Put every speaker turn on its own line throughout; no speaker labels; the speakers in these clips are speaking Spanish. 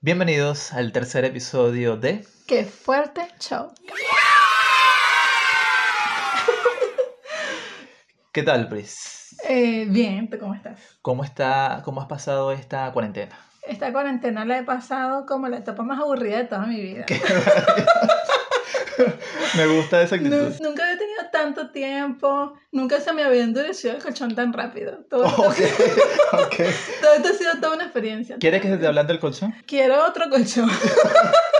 Bienvenidos al tercer episodio de
¡Qué fuerte show!
¿Qué tal, Pris?
Eh, bien, ¿tú cómo estás?
¿Cómo está, cómo has pasado esta cuarentena?
Esta cuarentena la he pasado como la etapa más aburrida de toda mi vida.
Me gusta esa
Nu-
actitud.
nunca había tenido tanto tiempo, nunca se me había endurecido el colchón tan rápido. Todo, esto-
Ok, ok.
todo esto ha sido toda una experiencia.
¿Quieres que se te hablando del colchón?
Quiero otro colchón.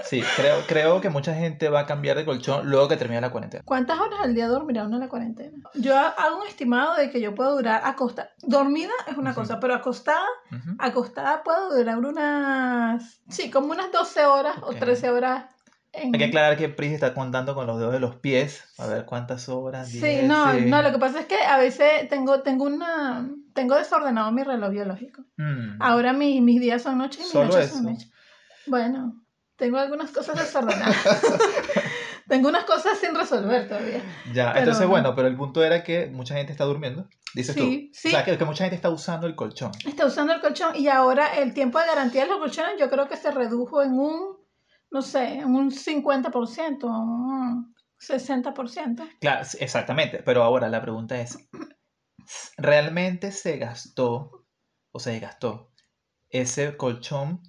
Sí, creo, creo que mucha gente va a cambiar de colchón luego que termine la cuarentena.
¿Cuántas horas al día dormirá uno en la cuarentena? Yo hago un estimado de que yo puedo durar acostada. Dormida es una
Ujú.
cosa, pero acostada,
Ujú.
acostada puedo durar unas, sí, como unas 12 horas
Ok.
o 13 horas. En...
Hay que aclarar que Pris está contando con los dedos de los pies. A ver cuántas horas.
Sí,
diez,
no,
sí.
no, lo que pasa es que a veces tengo, tengo una, tengo desordenado mi reloj biológico.
Mm,
Ahora mi- mis días son noche y mis
Solo
noches
eso.
son noche. Bueno, tengo algunas cosas desordenadas. tengo unas cosas sin resolver todavía.
Ya,
pero-
entonces bueno, pero el punto era que mucha gente está durmiendo. Dices
Sí,
tú.
sí.
O sea, que, que mucha gente está usando el colchón.
Está usando el colchón y ahora el tiempo de garantía de los colchones yo creo que se redujo en un, no sé, en un 50%, un 60%.
Claro, sí, exactamente. Pero ahora la pregunta es, ¿realmente se gastó o se desgastó ese colchón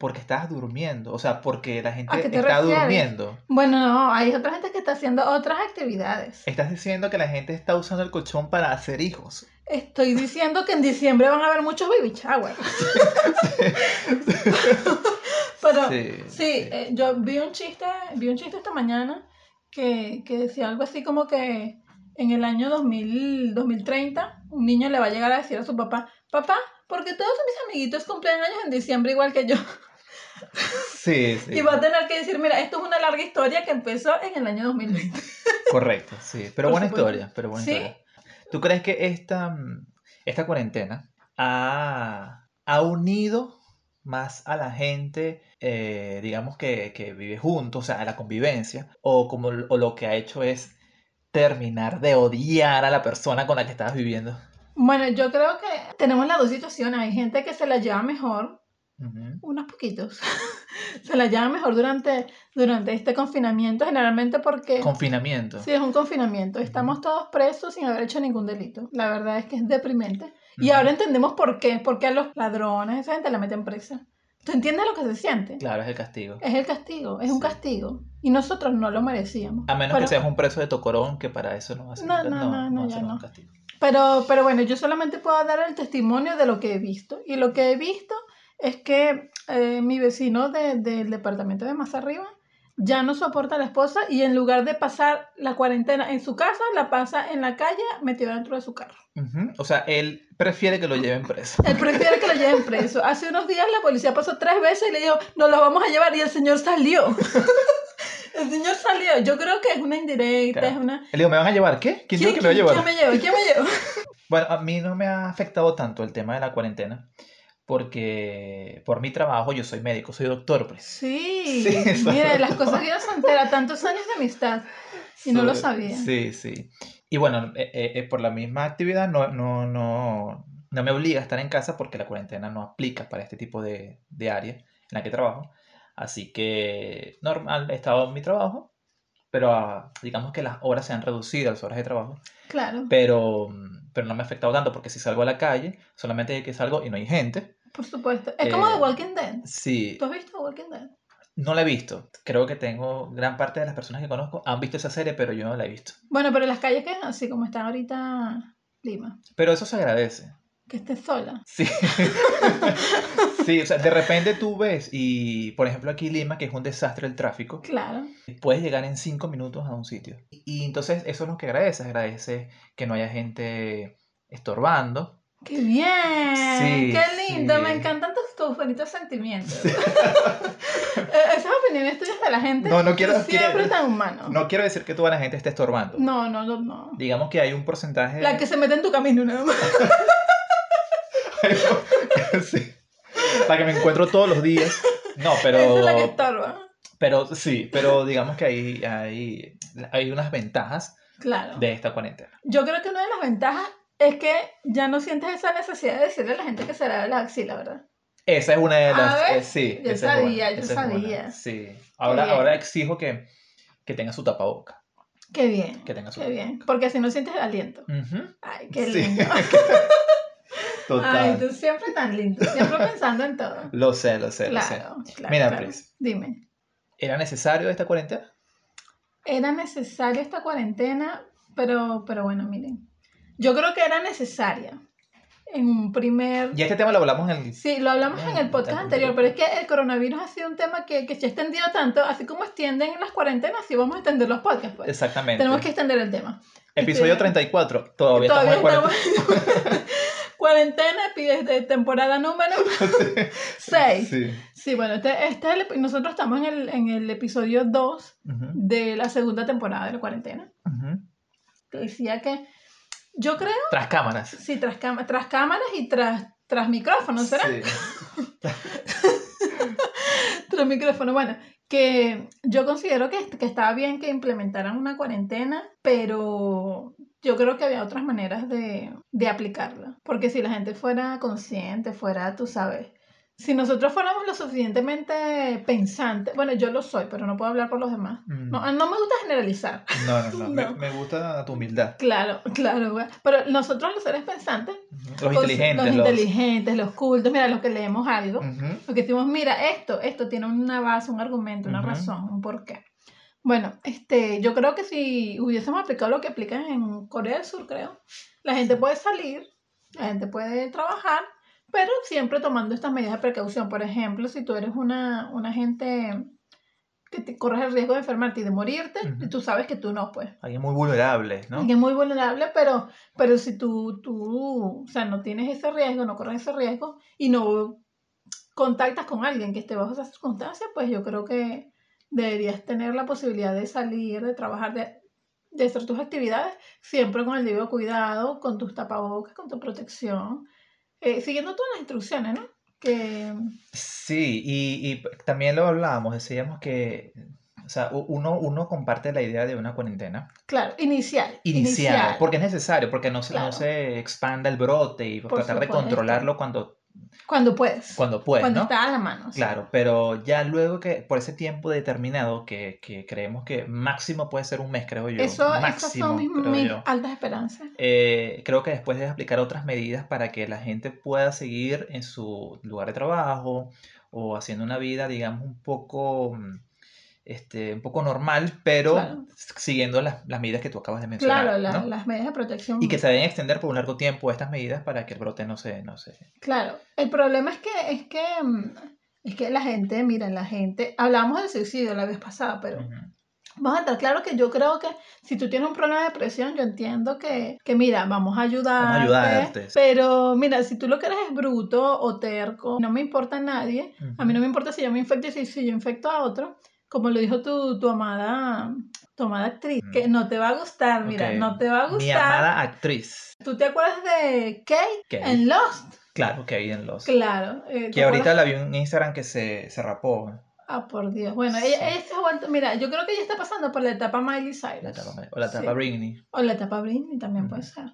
porque estabas durmiendo? O sea, porque la gente
¿A qué te
está
refieres?
durmiendo.
Bueno, no, hay otra gente que está haciendo otras actividades.
Estás diciendo que la gente está usando el colchón para hacer hijos.
Estoy diciendo que en diciembre van a haber muchos baby shower. Pero sí,
sí,
eh, yo vi un chiste, vi un chiste esta mañana que, que decía algo así como que en el año 2000, 2030 un niño le va a llegar a decir a su papá, papá, porque todos mis amiguitos cumplen años en diciembre igual que yo.
sí, sí.
Y va a tener que decir, mira, esto es una larga historia que empezó en el año 2020.
Correcto, sí. Pero
Por
buena
supuesto.
historia, pero buena
Sí.
historia. ¿Tú crees que esta, mm, esta cuarentena ha, ha unido más a la gente, eh, digamos, que, que vive juntos, o sea, a la convivencia? ¿O como l- o lo que ha hecho es terminar de odiar a la persona con la que estabas viviendo?
Bueno, yo creo que tenemos las dos situaciones. Hay gente que se la lleva mejor
Ujú.
unos poquitos. Se la lleva mejor durante, durante este confinamiento, generalmente porque
Confinamiento.
sí es un confinamiento. Estamos todos presos sin haber hecho ningún delito. La verdad es que es deprimente. Y ahora entendemos por qué. Porque a los ladrones, esa gente la meten presa. ¿Tú entiendes lo que se siente?
Claro, es el castigo.
Es el castigo, es un
Sí.
castigo. Y nosotros no lo merecíamos.
A menos
Pero-
que seas un preso de Tocorón, que para eso no hacen,
No, no, no, no, ya
hacen un
no.
castigo.
Pero, pero bueno, yo solamente puedo dar el testimonio de lo que he visto. Y lo que he visto es que eh, mi vecino de- del departamento de más arriba ya no soporta a la esposa y en lugar de pasar la cuarentena en su casa, la pasa en la calle metido dentro de su carro.
Ujú. O sea, él prefiere que lo lleven preso.
Él prefiere que lo lleven preso. Hace unos días la policía pasó tres veces y le dijo, nos los vamos a llevar y el señor salió. el señor salió. Yo creo que es una indirecta,
Claro.
es una...
Él dijo, ¿me van a llevar qué? ¿Quién dijo que me va a
quién-
llevar?
quién me lleva? ¿Quién me lleva?
Bueno, a mí no me ha afectado tanto el tema de la cuarentena, porque por mi trabajo yo soy médico, soy doctor, pues.
Sí,
Sí, eso
mira,
no.
las cosas que no se entera, tantos años de amistad. Y no lo
Soy-
sabía.
Sí, sí. Y bueno, eh, eh, eh, por la misma actividad no, no, no, no me obliga a estar en casa porque la cuarentena no aplica para este tipo de, de área en la que trabajo. Así que normal, he estado en mi trabajo, pero ah, digamos que las horas se han reducido, las horas de trabajo.
Claro,
pero, mm, pero no me ha afectado tanto porque si salgo a la calle, solamente que salgo y no hay gente.
por supuesto. Es como
Eh,
The Walking Dead.
Sí,
¿Tú has visto The Walking Dead?
no la he visto. Creo que tengo gran parte de las personas que conozco han visto esa serie, pero yo no la he visto.
Bueno, pero las calles quedan así como están ahorita Lima.
Pero eso se agradece.
Que estés sola.
Sí. sí, o sea, de repente tú ves y, por ejemplo, aquí Lima, que es un desastre el tráfico,
Claro.
puedes llegar en cinco minutos a un sitio. Y entonces eso es lo que agradeces. Agradeces que no haya gente estorbando.
¡Qué bien!
Sí,
¡Qué lindo!
sí.
Me encantan tus, tus bonitos sentimientos. Eh, Esas opiniones tuyas de la gente
No, no quiero-
siempre
quiero-
tan humano.
No quiero decir que toda la gente esté estorbando.
no, no, no. no.
Digamos que hay un porcentaje...
La que se mete en tu camino nada más.
sí. La que me encuentro todos los días. No,
Esa es la que
pero,
estorba.
pero sí, pero digamos que hay, hay, hay unas ventajas
Claro.
de esta cuarentena.
Yo creo que una de las ventajas es que ya no sientes esa necesidad de decirle a la gente que se lave las axilas, ¿verdad?
Esa es una de
Ah,
las.
¿ves?
eh, sí,
Yo
esa es buena,
sabía, yo
esa es buena,
sabía.
sí. Ahora,
bien.
ahora exijo que, que tenga su tapaboca.
Qué bien.
Que tenga su
Qué
tapaboca.
bien. Porque si no sientes el aliento.
Ujú,
Ay, qué
sí.
lindo. Ay,
Total.
tú siempre tan lindo. Siempre pensando en todo.
Lo sé, lo sé, lo sé.
Claro, claro.
Mira, pues.
claro.
Pris.
Dime.
¿Era necesario esta cuarentena?
Era necesaria esta cuarentena, pero, pero bueno, miren. Yo creo que era necesaria. En un primer.
Y este tema lo hablamos en el.
Sí, lo hablamos en el podcast
Mm,
anterior, pero es que el coronavirus ha sido un tema que, que se ha extendido tanto, así como extienden las cuarentenas, así vamos a extender los podcasts. pues.
Exactamente.
Tenemos que extender el tema.
Episodio
este-
34. Todavía,
Todavía
estamos en
estamos cuarentena, pides de temporada número 6.
46.
Sí. bueno, este, este es el epi- nosotros estamos en el, en el episodio 2
Ujú,
de la segunda temporada de la cuarentena.
ujú.
Te decía que yo creo,
Tras cámaras.
sí, tras, cam- tras cámaras y tras, tras micrófono, ¿será?
Sí.
Tras micrófono, bueno, que yo considero que, que estaba bien que implementaran una cuarentena, pero yo creo que había otras maneras de, de aplicarla. Porque si la gente fuera consciente, fuera, tú sabes, si nosotros fuéramos lo suficientemente pensantes, bueno, yo lo soy, pero no puedo hablar por los demás.
Mm.
No, no me gusta generalizar.
No, no, no.
No.
Me, me gusta tu humildad.
Claro, claro, güey. pero nosotros los seres pensantes,
Ujú. Los
cons-
inteligentes.
los,
los-
inteligentes, los cultos, mira, los que leemos algo,
Ujú.
Porque decimos, mira, esto, esto tiene una base, un argumento, una
Ujú.
razón, un porqué. Bueno, este, yo creo que si hubiésemos aplicado lo que aplican en Corea del Sur, creo, la gente puede salir, la gente puede trabajar, pero siempre tomando estas medidas de precaución. Por ejemplo, si tú eres una, una gente que te corres el riesgo de enfermarte y de morirte,
Ujú.
y tú sabes que tú no, pues.
Alguien muy vulnerable, ¿no?
Que es muy vulnerable, pero, pero si tú, tú, o sea, no tienes ese riesgo, no corres ese riesgo y no contactas con alguien que esté bajo esas circunstancias, pues yo creo que deberías tener la posibilidad de salir, de trabajar, de, de hacer tus actividades, siempre con el debido cuidado, con tus tapabocas, con tu protección, eh, siguiendo todas las instrucciones, ¿no? Que,
Sí, y, y también lo hablábamos, decíamos que, o sea, u- uno, uno comparte la idea de una cuarentena
claro, inicial.
inicial, porque es necesario, porque no se, no
claro.
se expanda el brote y
Por
tratar de
supuesto.
controlarlo cuando,
Cuando puedes.
cuando
Cuando,
puedes, ¿no?
está a la mano. sí.
Claro, pero ya luego que, por ese tiempo determinado, que, que creemos que máximo puede ser un mes, creo yo,
Eso, esas
máximo,
son mis,
creo
mis
yo.
altas esperanzas.
Eh, creo que después debes aplicar otras medidas para que la gente pueda seguir en su lugar de trabajo o haciendo una vida, digamos, un poco, mm, este, un poco normal, pero
Claro.
s- siguiendo las, las medidas que tú acabas de mencionar,
Claro, la- mm.
¿no?
las medidas de protección.
Y que se deben extender por un largo tiempo estas medidas para que el brote no se, no se...
Claro, el problema es que, es que mm, es que la gente, mira, la gente, hablábamos del suicidio la vez pasada, pero
Ujú.
vamos a estar claro que yo creo que si tú tienes un problema de depresión, yo entiendo que, que mira, vamos a ayudarte,
ayudarte.
pero mira, si tú lo que eres es bruto o terco, no me importa a nadie, a mí no me importa si yo me infecto y si, si yo infecto a otro, como lo dijo tu, tu amada, tu amada actriz,
Mm.
que no te va a gustar, mira,
Ok,
no te va a
Mi
gustar.
amada actriz,
¿Tú te acuerdas de Kate
que
en Lost?
claro, que hay en los...
Claro. eh, ¿te
Que
acuerdas?
ahorita la vi en Instagram que se, se rapó.
Ah, por Dios. Bueno,
Sí.
ella, ella se ha vuelto- Mira, yo creo que ella está pasando por la etapa Miley Cyrus.
La tapa, o la
Sí.
tapa Britney.
O la etapa Britney también puede
Ujú.
ser.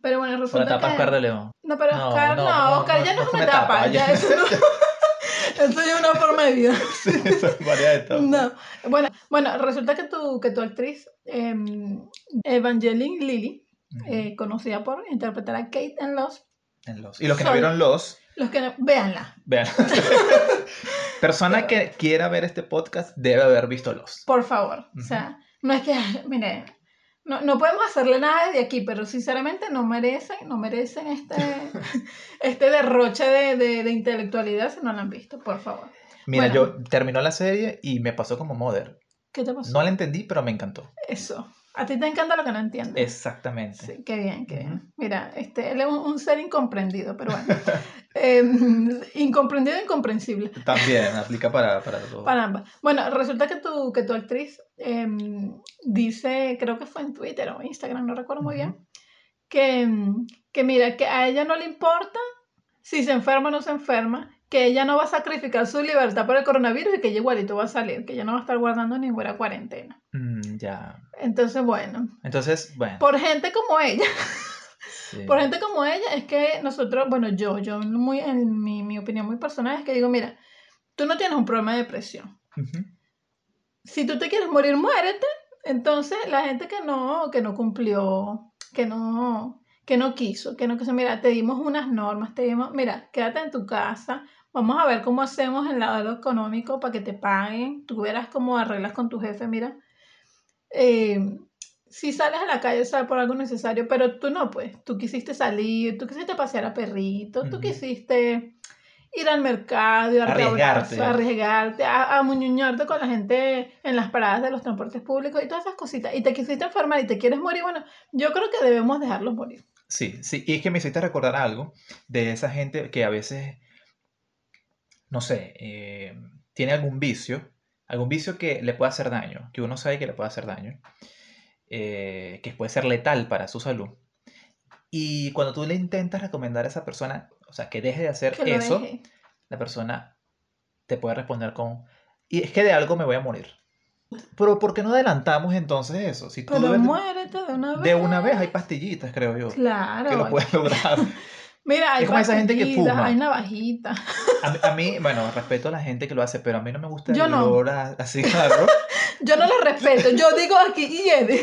Pero bueno,
O la
resulta
tapa
que...
Oscar de León.
No, pero
No,
Oscar, no,
no, no,
Oscar
no,
ya no,
no
es una etapa. ya
ya.
eso, no- eso ya es una forma de vida.
Sí, son varias etapas.
No. Bueno, bueno, resulta que tu, que tu actriz, eh, Evangeline Lilly,
Ujú.
eh, conocida por interpretar a Kate en Lost,
En Los. Y los que no
Sol.
vieron los,
los que no, véanla,
vean. Persona que quiera ver este podcast debe haber visto los.
Por favor. O sea, no es que, mire, no, no podemos hacerle nada desde aquí, pero sinceramente no merecen, no merecen este, este derroche de, de- de intelectualidad si no la han visto, por favor.
Mira,
Bueno.
yo terminó la serie y me pasó como Mother.
¿Qué te pasó?
No la entendí, pero me encantó.
Eso. A ti te encanta lo que no entiendes.
Exactamente.
Sí, qué bien, qué
Este. Ujú.
bien. Mira, este, él es un, un ser incomprendido, pero bueno. Em, incomprendido e incomprensible.
También aplica para, para todo.
Para ambas. Bueno, resulta que tu, que tu actriz em, dice, creo que fue en Twitter o Instagram, no recuerdo muy
Ujú.
bien, que, em, que mira, que a ella no le importa si se enferma o no se enferma, que ella no va a sacrificar su libertad por el coronavirus y que ella igualito va a salir, que ella no va a estar guardando ninguna cuarentena.
Mm, ya.
Entonces, bueno,
Entonces, bueno.
por gente como ella,
Sí.
Por gente como ella, es que nosotros, bueno, yo, yo muy, en mi, mi opinión muy personal es que digo, mira, tú no tienes un problema de depresión.
Ujú.
Si tú te quieres morir, muérete. Entonces, la gente que no, que no cumplió, que no, que no quiso, que no quiso, mira, te dimos unas normas, te dimos, mira, quédate en tu casa, vamos a ver cómo hacemos el lado económico para que te paguen, tú verás cómo arreglas con tu jefe, mira. Eh, si sales a la calle, sal por algo necesario, pero tú no, pues, tú quisiste salir, tú quisiste pasear a perrito, tú
Ujú.
quisiste ir al mercado, darte
Arriesgarte.
abrazos, arriesgarte, a, a muñuñarte con la gente en las paradas de los transportes públicos y todas esas cositas, y te quisiste enfermar y te quieres morir, bueno, yo creo que debemos dejarlos morir.
Sí, sí, y es que me hiciste recordar algo de esa gente que a veces, no sé, eh, tiene algún vicio, algún vicio que le puede hacer daño, que uno sabe que le puede hacer daño, eh, que puede ser letal para su salud. Y cuando tú le intentas recomendar a esa persona, o sea, que deje de hacer
Que lo
eso,
deje.
la persona te puede responder con, y es que de algo me voy a morir. Pero ¿por qué no adelantamos entonces eso? Si tú
Pero
debes de-
muérete de una vez.
de una vez hay pastillitas, creo yo,
Claro.
que lo puedes lograr.
Mira, hay
Es como esa gente que
pastillitas,
fuma.
hay navajitas.
A mí, a mí, bueno, respeto a la gente que lo hace, pero a mí no me gusta
Yo
el
no.
olor a, a cigarro.
Yo no lo respeto, yo digo aquí y Eddie.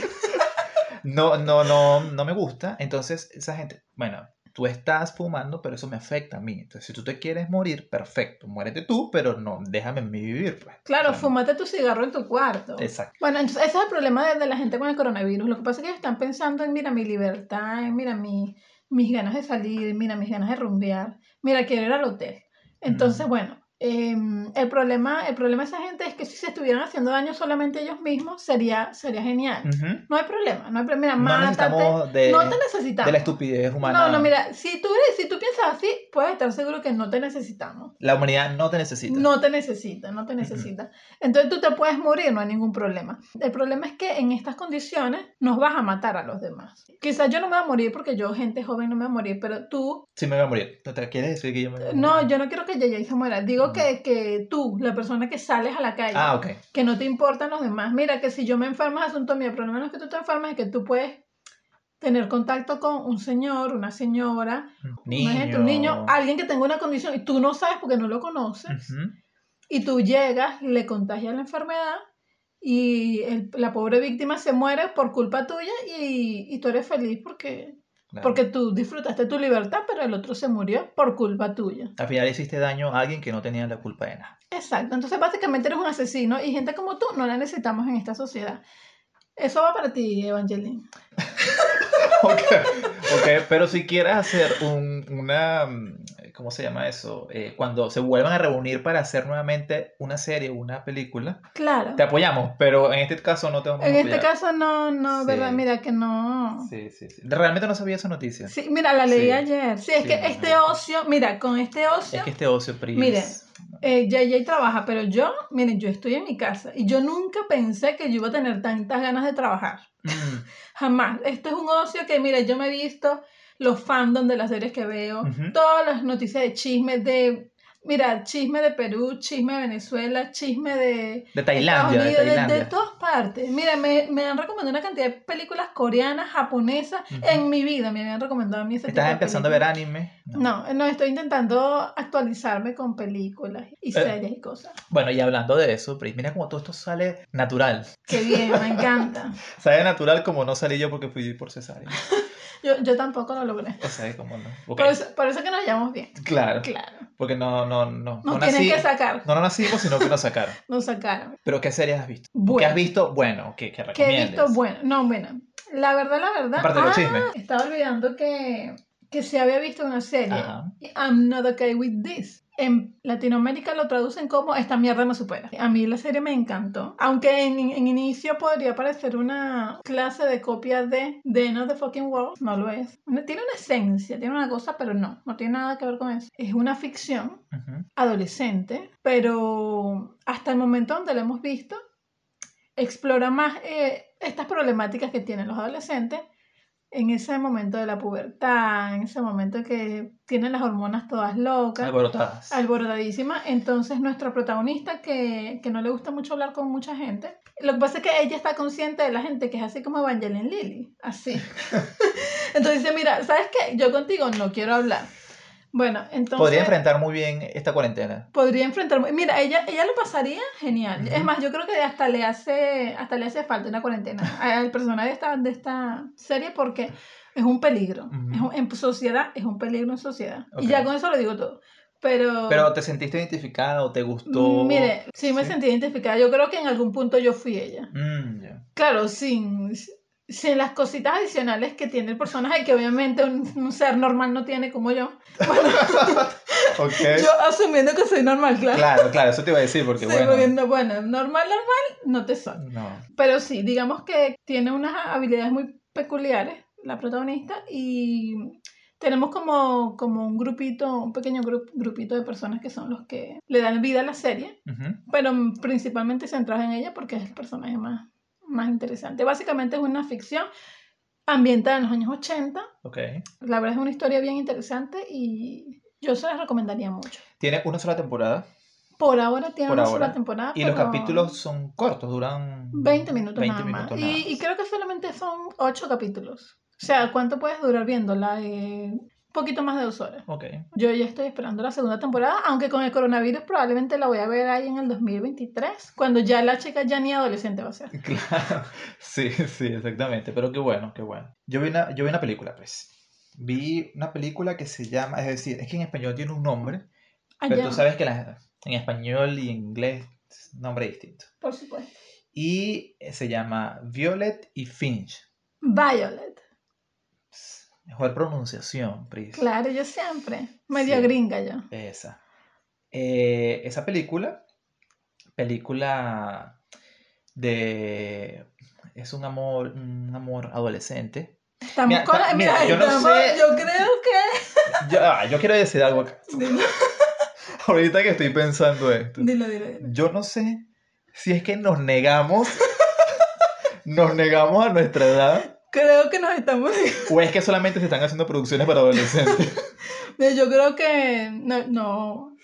No, no, no, no me gusta. Entonces, esa gente, bueno, tú estás fumando, pero eso me afecta a mí. Entonces, si tú te quieres morir, perfecto, muérete tú, pero no, déjame a mí vivir, pues.
Claro,
O sea,
fumate tu cigarro en tu cuarto.
Exacto.
Bueno, entonces ese es el problema de, de la gente con el coronavirus. Lo que pasa es que ellos están pensando en, mira, mi libertad, en, mira, mi, mis ganas de salir, mira, mis ganas de rumbear, mira, quiero ir al hotel. Entonces,
Mm.
bueno, eh, el, problema, el problema de esa gente es que si se estuvieran haciendo daño solamente ellos mismos, sería, sería genial.
Ujú.
No hay problema, no hay problema. Mira,
Mm. No
mátate,
necesitamos de,
no te necesitamos.
de la estupidez humana.
No, no, mira, si tú, eres- si tú piensas así, puedes estar seguro que no te necesitamos.
La humanidad no te necesita.
No te necesita, no te necesita. Entonces tú te puedes morir, no hay ningún problema. El problema es que en estas condiciones nos vas a matar a los demás. Quizás yo no me voy a morir porque yo, gente joven, no me voy a morir, pero tú,
Sí me voy a morir. ¿No te quieres decir que yo me voy a morir?
no, yo no quiero que Yayay se muera. Digo que, que tú, la persona que sales a la calle,
Ah, ok.
que no te importan los demás. Mira, que si yo me enfermo es asunto mío, pero no menos que tú te enfermas es que tú puedes tener contacto con un señor, una señora, una gente, un niño, alguien que tenga una condición y tú no sabes porque no lo conoces.
Ujú.
Y tú llegas, le contagias la enfermedad y el- la pobre víctima se muere por culpa tuya y, y tú eres feliz porque,
Claro.
porque tú disfrutaste tu libertad, pero el otro se murió por culpa tuya.
Al final hiciste daño a alguien que no tenía la culpa de nada.
Exacto. Entonces básicamente eres un asesino y gente como tú no la necesitamos en esta sociedad. Eso va para ti, Evangeline.
Ok, ok, pero si quieres hacer un, una, mm, ¿cómo se llama eso? Eh, cuando se vuelvan a reunir para hacer nuevamente una serie o una película,
Claro.
te apoyamos, pero en este caso no te vamos
En
a
este
apoyar.
caso no, no,
Sí.
¿verdad? Mira que no.
Sí, sí, sí. Realmente no sabía esa noticia.
Sí, mira, la leí
Sí.
ayer. Sí, es
Sí,
que
no, no.
este ocio, mira, con este ocio
Es que este ocio, Pris.
Mire. Eh, JJ trabaja, pero yo, miren, yo estoy en mi casa y yo nunca pensé que yo iba a tener tantas ganas de trabajar.
mm,
Jamás. Esto es un ocio que, mire, yo me he visto los fandom de las series que veo,
Ujú.
todas las noticias de chismes de, mira, chisme de Perú, chisme de Venezuela, chisme de
de
Estados
Tailandia, de
Unidos, de- este de,
Tailandia.
todas partes. Mira, me, me han recomendado una cantidad de películas coreanas, japonesas.
Ujú.
En mi vida me habían recomendado a mí ese tipo
¿Estás
de
empezando a
películas.
ver anime?
No, no, estoy intentando actualizarme con películas
Eh,
y series y cosas.
Bueno, y hablando de eso, Pris, mira cómo todo esto sale natural.
Qué bien, me encanta.
Sale natural como no salí yo porque fui por cesárea.
Yo, yo tampoco lo logré.
O sea, como no. Ok,
Por, eso, por eso que nos llevamos bien.
Claro.
Claro.
Porque no, no, no.
Nos
no
tienen
nací-
que sacar.
No, no nacimos, sino que nos sacaron.
Nos sacaron.
Pero ¿qué series has visto? ¿Qué
Bueno.
has visto? Bueno, que, que
Que he
recomiendes.
visto bueno. No, bueno. La verdad, la verdad.
Aparte de los
ah,
chismes.
estaba olvidando que, que se había visto una serie.
Ajá.
I'm not okay with this. En Latinoamérica lo traducen como Esta mierda me supera. A mí la serie me encantó. Aunque en, en inicio podría parecer una clase de copia de The End of the Fucking World. No lo es. Una- Tiene una esencia, tiene una cosa, pero no. No tiene nada que ver con eso. Es una ficción
Ujú.
adolescente, pero hasta el momento donde lo hemos visto, explora más eh, estas problemáticas que tienen los adolescentes en ese momento de la pubertad, en ese momento que tienen las hormonas todas locas,
Alborotadas.
alborotadísimas. Entonces nuestra protagonista, que, que no le gusta mucho hablar con mucha gente, lo que pasa es que ella está consciente de la gente que es así como Evangeline Lilly, así. Entonces dice, mira, ¿sabes qué? Yo contigo no quiero hablar. Bueno, entonces...
Podría enfrentar muy bien esta cuarentena.
podría enfrentar. Mira, ella, ella lo pasaría genial.
Ujú.
Es más, yo creo que hasta le hace, hasta le hace falta una cuarentena al personaje de esta, de esta serie porque es un peligro.
Ujú.
Es un- en sociedad, es un peligro en sociedad. Y
Ok.
ya con eso lo digo todo. Pero, mm,
Pero te sentiste identificada o te gustó.
mire, sí me
Sí.
sentí identificada. Yo creo que en algún punto yo fui ella.
Mm, ya.
Claro, sin, sin las cositas adicionales que tiene el personaje, que obviamente un, un ser normal no tiene como yo. Bueno,
Ok.
yo asumiendo que soy normal, claro.
Claro, claro, eso te iba a decir porque
Sí,
bueno.
porque no- bueno, normal, normal, no te son.
No.
Pero sí, digamos que tiene unas habilidades muy peculiares la protagonista y tenemos como, como un grupito, un pequeño grup- grupito de personas que son los que le dan vida a la serie,
Ujú.
pero principalmente centrados en ella porque es el personaje más, más interesante. Básicamente es una ficción ambientada en los años 80.
Ok.
La verdad es una historia bien interesante y yo se la recomendaría mucho.
Tiene una sola temporada
Por ahora tiene
Por
una
ahora.
sola temporada.
y los
Ah, pero-
capítulos son cortos, duran
20 minutos
20
nada
minutos
más.
nada
Y, y creo que solamente son 8 capítulos. O sea, ¿cuánto puedes durar viéndola? Eh, un poquito más de dos horas.
Ok.
Yo ya estoy esperando la segunda temporada, aunque con el coronavirus probablemente la voy a ver ahí en el 2023, cuando ya la chica ya ni adolescente va a ser.
Claro, sí, sí, exactamente. Pero qué bueno, qué bueno. Yo vi una, yo vi una película, pues. Vi una película que se llama, es decir, es que en español tiene un nombre, pero
Allá,
tú sabes que la- en español y en inglés es nombre distinto.
por supuesto.
Y eh, se llama Violet y Finch.
Violet.
Ps, Mejor pronunciación, Pris.
Claro, yo siempre. Medio
Sí.
gringa yo.
Esa. Eh, esa película, película de... Es un amor, un amor adolescente.
Estamos
Mira,
con
ta-
la-
mira,
mira,
yo no
estamos-
sé-
yo creo
Yo, ah, yo quiero decir algo acá.
que... Dilo,
ahorita que estoy pensando esto.
dilo, dilo, dilo.
Yo no sé si es que nos negamos, nos negamos a nuestra edad,
Creo que nos estamos...
o es que solamente se están haciendo producciones para adolescentes.
Eh, Yo creo que no, no.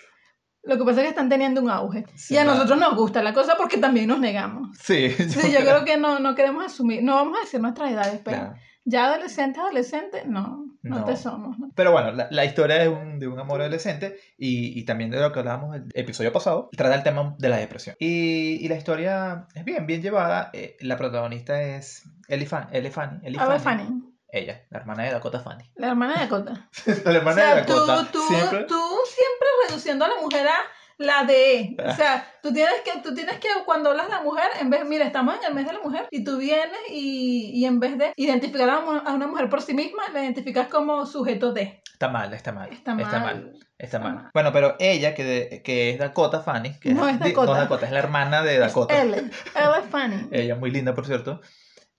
Lo que pasa es que están teniendo un auge.
Sí,
y a
claro.
nosotros nos gusta la cosa porque también nos negamos.
Sí,
Sí, yo creo que no, no queremos asumir, no vamos a decir nuestras edades, pero
Claro.
ya adolescente, adolescente, no, no,
No.
te somos. ¿no?
Pero bueno, la, la historia es un- de un amor adolescente y, y también de lo que hablábamos el episodio pasado, trata el tema de la depresión. Y, y la historia es bien, bien llevada. eh, la protagonista es Ellie Fan- Ellie Fanning. Ellie
Abel
Fanning.
Fanning,
Ella, la hermana de Dakota Fanning.
la hermana de Dakota.
la
o
hermana de
sea, tú,
Dakota.
tú,
siempre-
tú siempre reduciendo a la mujer a la de. E. O sea, tú tienes que, tú tienes que cuando hablas de la mujer, en vez, mira, estamos en el mes de la mujer y tú vienes y, y en vez de identificar a mu- a una mujer por sí misma, la identificas como sujeto de.
Está mal, está mal.
Está mal.
Está mal. Está
Está
mal.
mal.
Bueno, pero ella, que, de- que es Dakota Fanning, que
No es
di-
Dakota.
no es Dakota, es la hermana de Dakota.
L. L es Fanning.
Ella muy linda, por cierto.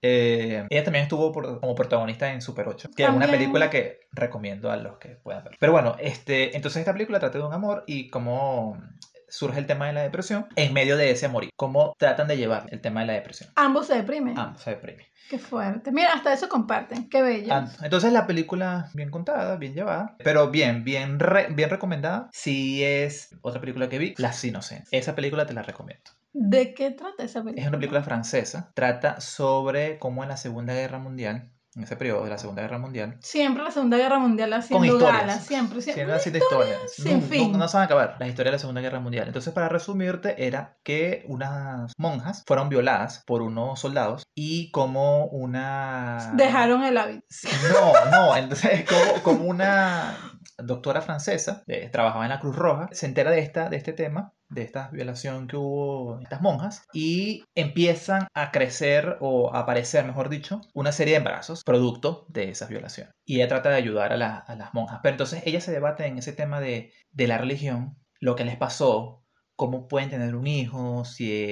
Eh, ella también estuvo por- como protagonista en Super 8, que es una
También.
película que recomiendo a los que puedan ver. Pero bueno, este, entonces esta película trata de un amor y cómo surge el tema de la depresión en medio de ese amor. Cómo tratan de llevar el tema de la depresión.
Ambos se deprimen.
Ambos se deprimen.
Qué fuerte. Mira, hasta eso comparten. Qué bello.
Ah, Entonces la película bien contada, bien llevada, pero bien, bien, re- bien recomendada. Si es otra película que vi, Las Inocentes. Esa película te la recomiendo.
¿De qué trata esa película?
Es una película francesa. Trata sobre cómo en la Segunda Guerra Mundial, en ese periodo de la Segunda Guerra Mundial,
Siempre la Segunda Guerra Mundial haciendo
historias.
gala. Siempre, siempre.
siendo así de historias,
sin
no,
fin.
no- no se van a acabar. Las historias de la Segunda Guerra Mundial. Entonces, para resumirte, era que unas monjas fueron violadas por unos soldados y como una
Dejaron el hábito.
Sí, No, no, entonces como, como una doctora francesa, eh, trabajaba en la Cruz Roja, se entera de, esta, de este tema, de esta violación que hubo de estas monjas, y empiezan a crecer o a aparecer, mejor dicho, una serie de embarazos, producto de esas violaciones. Y ella trata de ayudar a, la- a las monjas, pero entonces ella se debate en ese tema de, de la religión, lo que les pasó, cómo pueden tener un hijo, si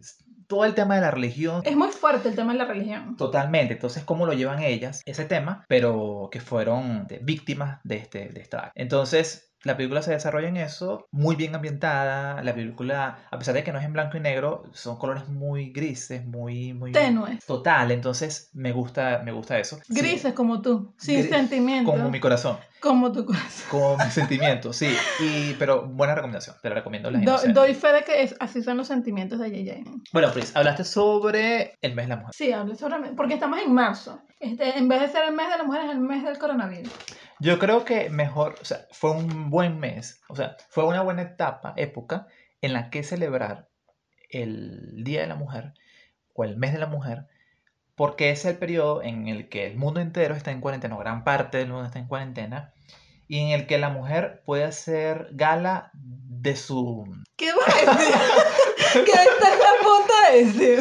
es... Todo el tema de la religión.
Es muy fuerte el tema de la religión.
Totalmente, entonces cómo lo llevan ellas ese tema, pero que fueron de- víctimas de, este, de esta. Entonces, la película se desarrolla en eso, muy bien ambientada, la película, a pesar de que no es en blanco y negro, son colores muy grises, muy... muy
Tenue.
Total, entonces me gusta, me gusta eso. Sí,
Grises como tú. Sin
Gris-
sentimiento.
como mi corazón,
Como tu corazón.
como mis sentimientos, sí. Y, pero buena recomendación, te la recomiendo. Las
Do-
Inocentes.
doy fe de que es- así son los sentimientos de J.J.
Bueno, Beatriz, hablaste sobre el mes de la mujer.
Sí, hable sobre... Porque estamos en marzo. Este, en vez de ser el mes de la mujer, es el mes del coronavirus.
Yo creo que mejor, o sea, fue un buen mes, o sea, fue una buena etapa, época, en la que celebrar el Día de la Mujer o el Mes de la Mujer, porque es el periodo en el que el mundo entero está en cuarentena, o gran parte del mundo está en cuarentena, y en el que la mujer puede hacer gala de su...
¿Qué vas a decir? ¿Qué estás a punto de decir?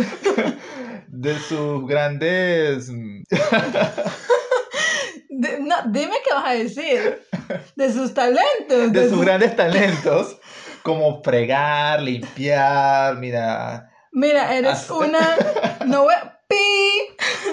de sus grandes...
De- no, dime qué vas a decir. De sus talentos.
de
de
sus
sus-
grandes talentos, como fregar, limpiar, mira,
Mira, eres
Hace-
una... No voy a... ¡Pi!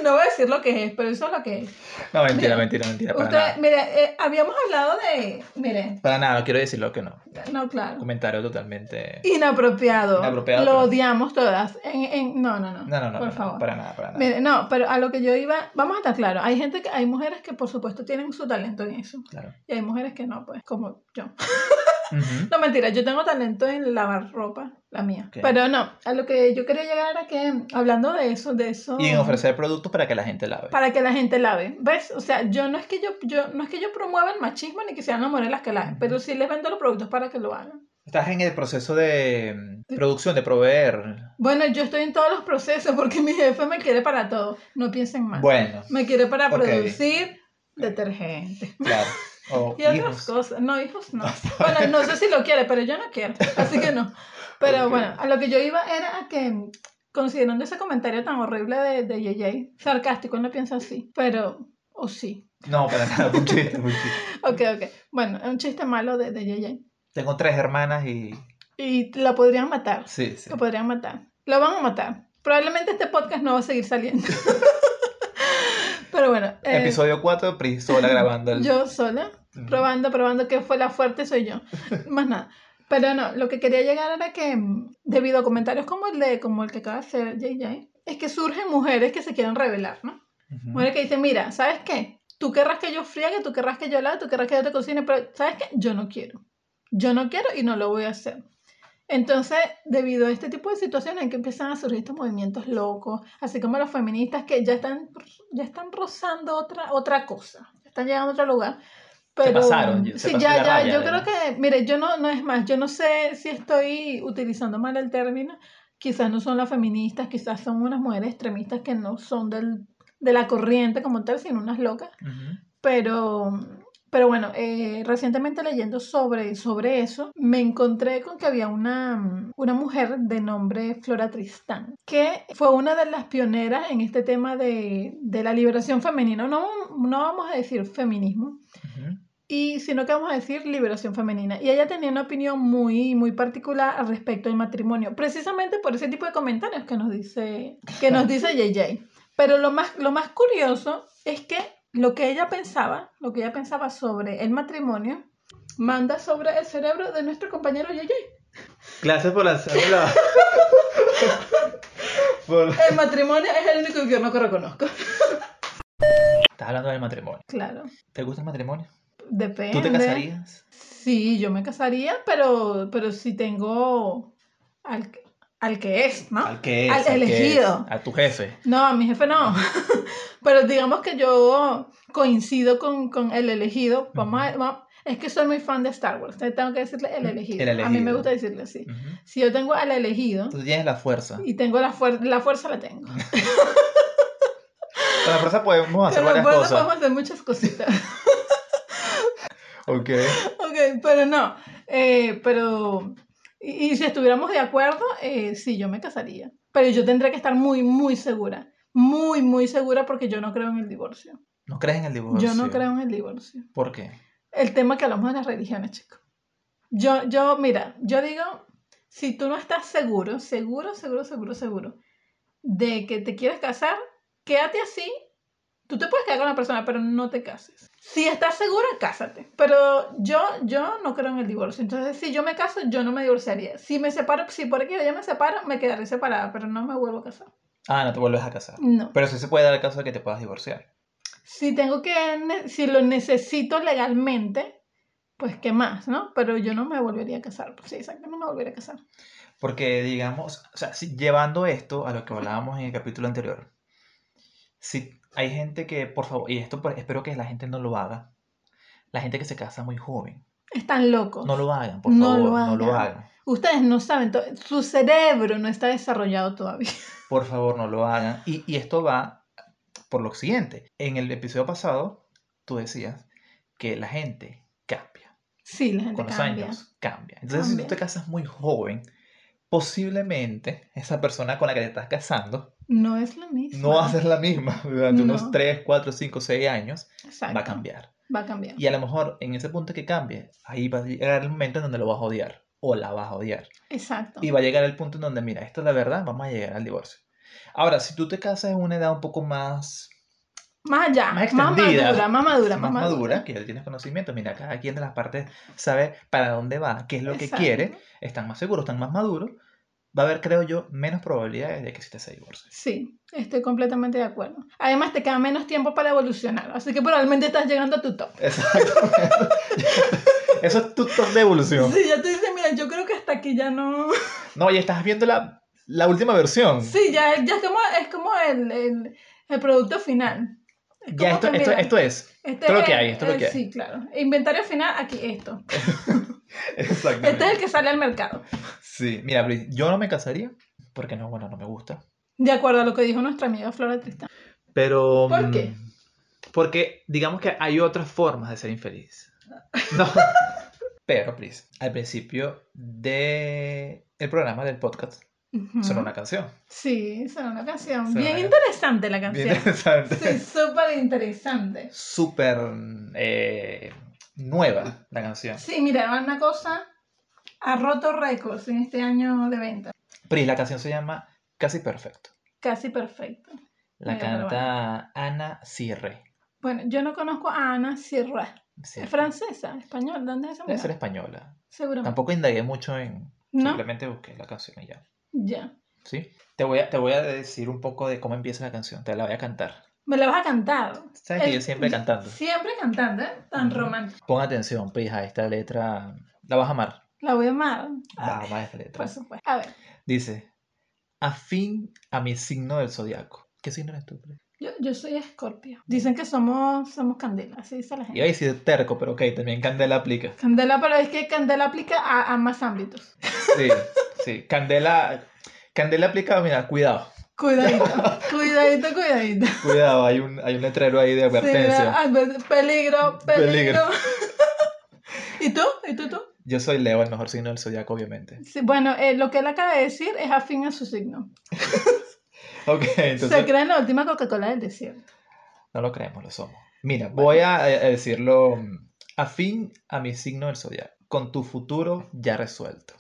No voy a decir lo que es, pero eso es lo que es.
no, mentira,
Mira,
mentira, mentira, para
Usted-
nada.
mira, eh, habíamos hablado de... Mire,
Para nada, no quiero decirlo que no.
no, claro.
Comentario totalmente...
Inapropiado.
Inapropiado,
Lo
pero-
odiamos todas. En, en- No, no, no.
No, no, no,
Por
no,
favor.
para nada, para nada.
Mire, no, pero a lo que yo iba, vamos a estar claros. Hay gente que, hay mujeres que por supuesto tienen su talento en eso.
Claro.
Y hay mujeres que no, pues, como yo.
Ujú.
No, mentira, yo tengo talento en lavar ropa, la mía.
Ok.
Pero no, a lo que yo quería llegar era que, hablando de eso, de eso.
Y en ofrecer productos para que la gente lave.
Para que la gente lave. ¿Ves? O sea, yo no es que yo, yo no es que yo promueva el machismo ni que sean las mujeres las que laven, pero sí les vendo los productos para que lo hagan.
Estás en el proceso de mm, producción, de proveer.
Bueno, yo estoy en todos los procesos porque mi jefe me quiere para todo. No piensen mal.
Bueno,
Me quiere para
Ok.
producir detergente.
claro. O
Y otras
hijos.
cosas. No, hijos no. Bueno, no sé si lo quiere, pero yo no quiero. Así que no. Pero
Ok.
bueno, a lo que yo iba era a que, mm, considerando ese comentario tan horrible de, de JJ, sarcástico, él no piensa así, pero, o sí.
No, para nada, un chiste, un chiste.
Ok, ok. Bueno, es un chiste malo de, de JJ.
Tengo tres hermanas y.
Y la podrían matar.
Sí, sí.
Lo podrían matar. Lo van a matar. Probablemente este podcast no va a seguir saliendo. pero bueno. eh,
Episodio 4, Prisola grabando el.
Yo sola.
Ujú.
probando, probando que fue la fuerte soy yo. Más nada. Pero no, lo que quería llegar era que mm, debido a comentarios como el de como el que acaba de hacer JJ, es que surgen mujeres que se quieren revelar, ¿no?
Ujú.
Mujeres que dicen, mira, ¿sabes qué? Tú querrás que yo friegue, tú querrás que yo lave, tú querrás que yo te cocine, pero ¿sabes qué? Yo no quiero. Yo no quiero y no lo voy a hacer. Entonces, debido a este tipo de situaciones en que empiezan a surgir estos movimientos locos, así como los feministas que ya están, ya están rozando otra, otra cosa, están llegando a otro lugar. Pero,
pasaron, se
sí,
pasó
ya,
la
ya,
raya,
yo
¿verdad?
creo que, mire, yo no, no es más, yo no sé si estoy utilizando mal el término, quizás no son las feministas, quizás son unas mujeres extremistas que no son del, de la corriente como tal, sino unas locas.
Ujú.
Pero, pero bueno, eh, recientemente leyendo sobre, sobre eso, me encontré con que había una, mm, una mujer de nombre Flora Tristán, que fue una de las pioneras en este tema de, de la liberación femenina. No, no vamos a decir feminismo,
Ujú.
y sino que vamos a decir liberación femenina. Y ella tenía una opinión muy, muy particular al respecto del matrimonio, precisamente por ese tipo de comentarios que nos dice, que nos dice JJ. Pero lo más, lo más curioso es que lo que ella pensaba, lo que ella pensaba sobre el matrimonio, manda sobre el cerebro de nuestro compañero JJ.
Gracias por lanzarme la. por...
El matrimonio es el único infierno que reconozco.
Estás hablando del matrimonio.
Claro,
¿Te gusta el matrimonio?
depende.
¿Tú te casarías?
Sí, yo me casaría, pero, pero si tengo al, que- al que es, ¿no?
Al que es.
Al
que es,
elegido.
a tu jefe.
No, a mi jefe no. Pero digamos que yo coincido con, con el elegido. Vamos a- va- es que soy muy fan de Star Wars. Entonces tengo que decirle el
Mm,
elegido.
el
A mí me
elegido.
gusta decirle así.
Ujú.
Si yo tengo al elegido
Tú tienes la fuerza.
y tengo la fuerza, la fuerza la tengo.
Con la fuerza podemos hacer
Pero
varias
bueno,
cosas.
podemos hacer muchas cositas.
Ok.
ok, pero no. Eh, pero. Y, y si estuviéramos de acuerdo, eh, sí, yo me casaría. Pero yo tendría que estar muy, muy segura. Muy, muy segura porque yo no creo en el divorcio.
¿No crees en el divorcio?
Yo no creo en el divorcio.
¿Por qué?
el tema que hablamos de las religiones, chicos. Yo, yo, mira, yo digo, si tú no estás seguro, seguro, seguro, seguro, seguro, de que te quieres casar, quédate así. Tú te puedes quedar con la persona, pero no te cases. Si estás segura, cásate. Pero yo, yo no creo en el divorcio. Entonces, si yo me caso, yo no me divorciaría. Si me separo, si por aquí ya me separo, me quedaré separada, pero no me vuelvo a casar.
Ah, no te vuelves a casar.
No.
Pero sí se puede dar el caso de que te puedas divorciar.
si tengo que, ne- si lo necesito pues, legalmente, pues qué más, ¿no? Pero yo no me volvería a casar. Sí, exacto, no me volvería a casar.
Porque, digamos, o sea, si- llevando esto a lo que hablábamos en el capítulo anterior, si hay gente que, por favor, y esto pues, espero que la gente no lo haga, la gente que se casa muy joven,
Están locos.
no lo hagan, por
No
favor,
lo
no lo
hagan.
hagan.
Ustedes no saben, to- su cerebro no está desarrollado todavía.
Por favor, no lo hagan. Y, y esto va por lo siguiente. En el episodio pasado, tú decías que la gente cambia.
Sí, la gente
Con los
cambia.
años cambia. Entonces, si tú te
Cambia.
casas muy joven, posiblemente esa persona con la que te estás casando
No es lo mismo.
no va a ser la misma durante
No.
unos 3, 4, 5, 6 años. Va a cambiar.
Va a cambiar.
Y a lo mejor en ese punto que cambie, ahí va a llegar el momento en donde lo vas a odiar o la vas a odiar.
Exacto.
Y va a llegar el punto en donde, mira, esto es la verdad, vamos a llegar al divorcio. Ahora, si tú te casas en una edad un poco más,
Más allá,
más
más,
extendida,
madura, más madura,
más
más
madura, que ya tienes conocimiento, mira, cada quien de las partes sabe para dónde va, qué es lo que
Exacto.
quiere, están más seguros, están más maduros, va a haber, creo yo, menos probabilidades de que exista ese divorcio.
Sí, estoy completamente de acuerdo. Además, te queda menos tiempo para evolucionar, así que probablemente estás llegando a tu top.
Exacto. Eso es tu top de evolución.
Sí, ya te dices, mira, yo creo que hasta aquí ya no.
No, y estás viendo la, la última versión.
Sí, ya, ya es como, es como el, el, el producto final. Es
ya
como
esto,
que,
esto,
mira,
esto es.
este
esto es lo
es-
que hay, esto es lo
eh,
que hay.
Sí, claro. Inventario final, aquí esto. Este
Exactamente.
es el que sale al mercado.
Sí, mira, Luis, yo no me casaría porque no, bueno, no me gusta.
De acuerdo a lo que dijo nuestra amiga Flora Tristán.
Pero.
¿Por
mm,
qué?
Porque digamos que hay otras formas de ser infeliz. No. Pero, please, al principio de el programa del podcast
Ujú.
sonó una canción.
Sí, suena una canción.
Suena
Bien
una
interesante la
Bien
canción.
interesante.
Sí, súper interesante.
Súper eh, nueva la canción.
Sí, mira, una cosa ha roto récords en este año de venta.
Pris, la canción se llama Casi Perfecto.
Casi perfecto.
La
Mira, pero
canta Ana Cirre.
Bueno, yo no conozco a Ana Sierra.
Sí.
¿Es francesa? ¿Español? ¿Dónde es esa
Este. Debe
mujer?
ser española.
Seguramente.
Tampoco indagué mucho en.
¿No?
Simplemente busqué la canción y ya.
Ya.
¿Sí? Te voy, a, te voy a decir un poco de cómo empieza la canción. Te la voy a cantar.
Me la vas a cantar.
Sabes que
El-
yo siempre cantando.
Siempre cantando, ¿eh? Tan
Ujú.
romántico.
Pon atención, pija, esta letra. La vas a amar.
La voy a amar. A
Vas a
ver,
amar esta letra.
por supuesto. A ver,
Dice: Afín a mi signo del zodiaco. ¿Qué signo eres tú? Pri?
yo, yo soy escorpio. Dicen que somos, somos candela, así dice la gente.
Iba a decir terco, pero ok, también Candela aplica.
Candela, pero es que Candela aplica a, a más ámbitos.
Sí, sí. Candela. Candela aplica, mira, cuidado.
Cuidadito, cuidadito, cuidadito.
Cuidado, hay un, hay un letrero ahí de advertencia.
Sí, ¿verdad? Adver- peligro, peligro.
Peligro.
¿Y tú? ¿Y tú, tú?
Yo soy Leo, el mejor signo del zodiaco, obviamente.
Sí, bueno, eh, lo que él acaba de decir es afín a su signo.
Ok,
Se
entonces
crea en la última Coca-Cola del desierto.
no lo creemos, lo somos. Mira, voy a, eh, a decirlo mm, afín a mi signo del zodiaco, con tu futuro ya resuelto.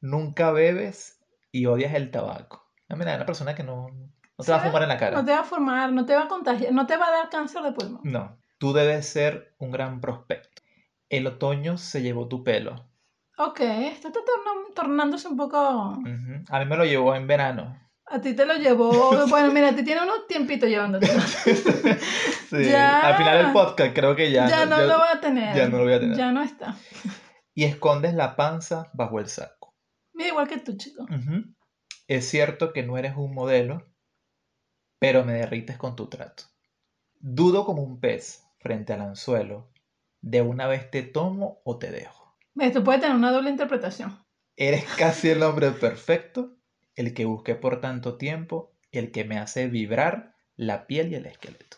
Nunca bebes y odias el tabaco. Ah, mira, una persona que no, no te va a
¿Sabes?
fumar en la
No
cara.
te va a formar, no te va a contagiar, no te va a dar cáncer de pulmón.
No, tú debes ser un gran prospecto. El otoño se llevó tu pelo.
Ok, esto está torno- tornándose un poco...
Ujú. A mí me lo llevó en verano.
A ti te lo llevó... Bueno, mira, a ti tiene unos tiempitos llevándote.
Sí,
Ya.
Al final del podcast creo que ya.
Ya, no
ya-
lo va a tener.
ya no lo voy a tener.
Ya no está.
Y escondes la panza bajo el saco.
Mira, igual que tú, chico.
Ujú. Es cierto que no eres un modelo, pero me derrites con tu trato. Dudo como un pez frente al anzuelo. De una vez te tomo o te dejo.
Esto puede tener una doble interpretación.
Eres casi el hombre perfecto, el que busqué por tanto tiempo, el que me hace vibrar la piel y el esqueleto.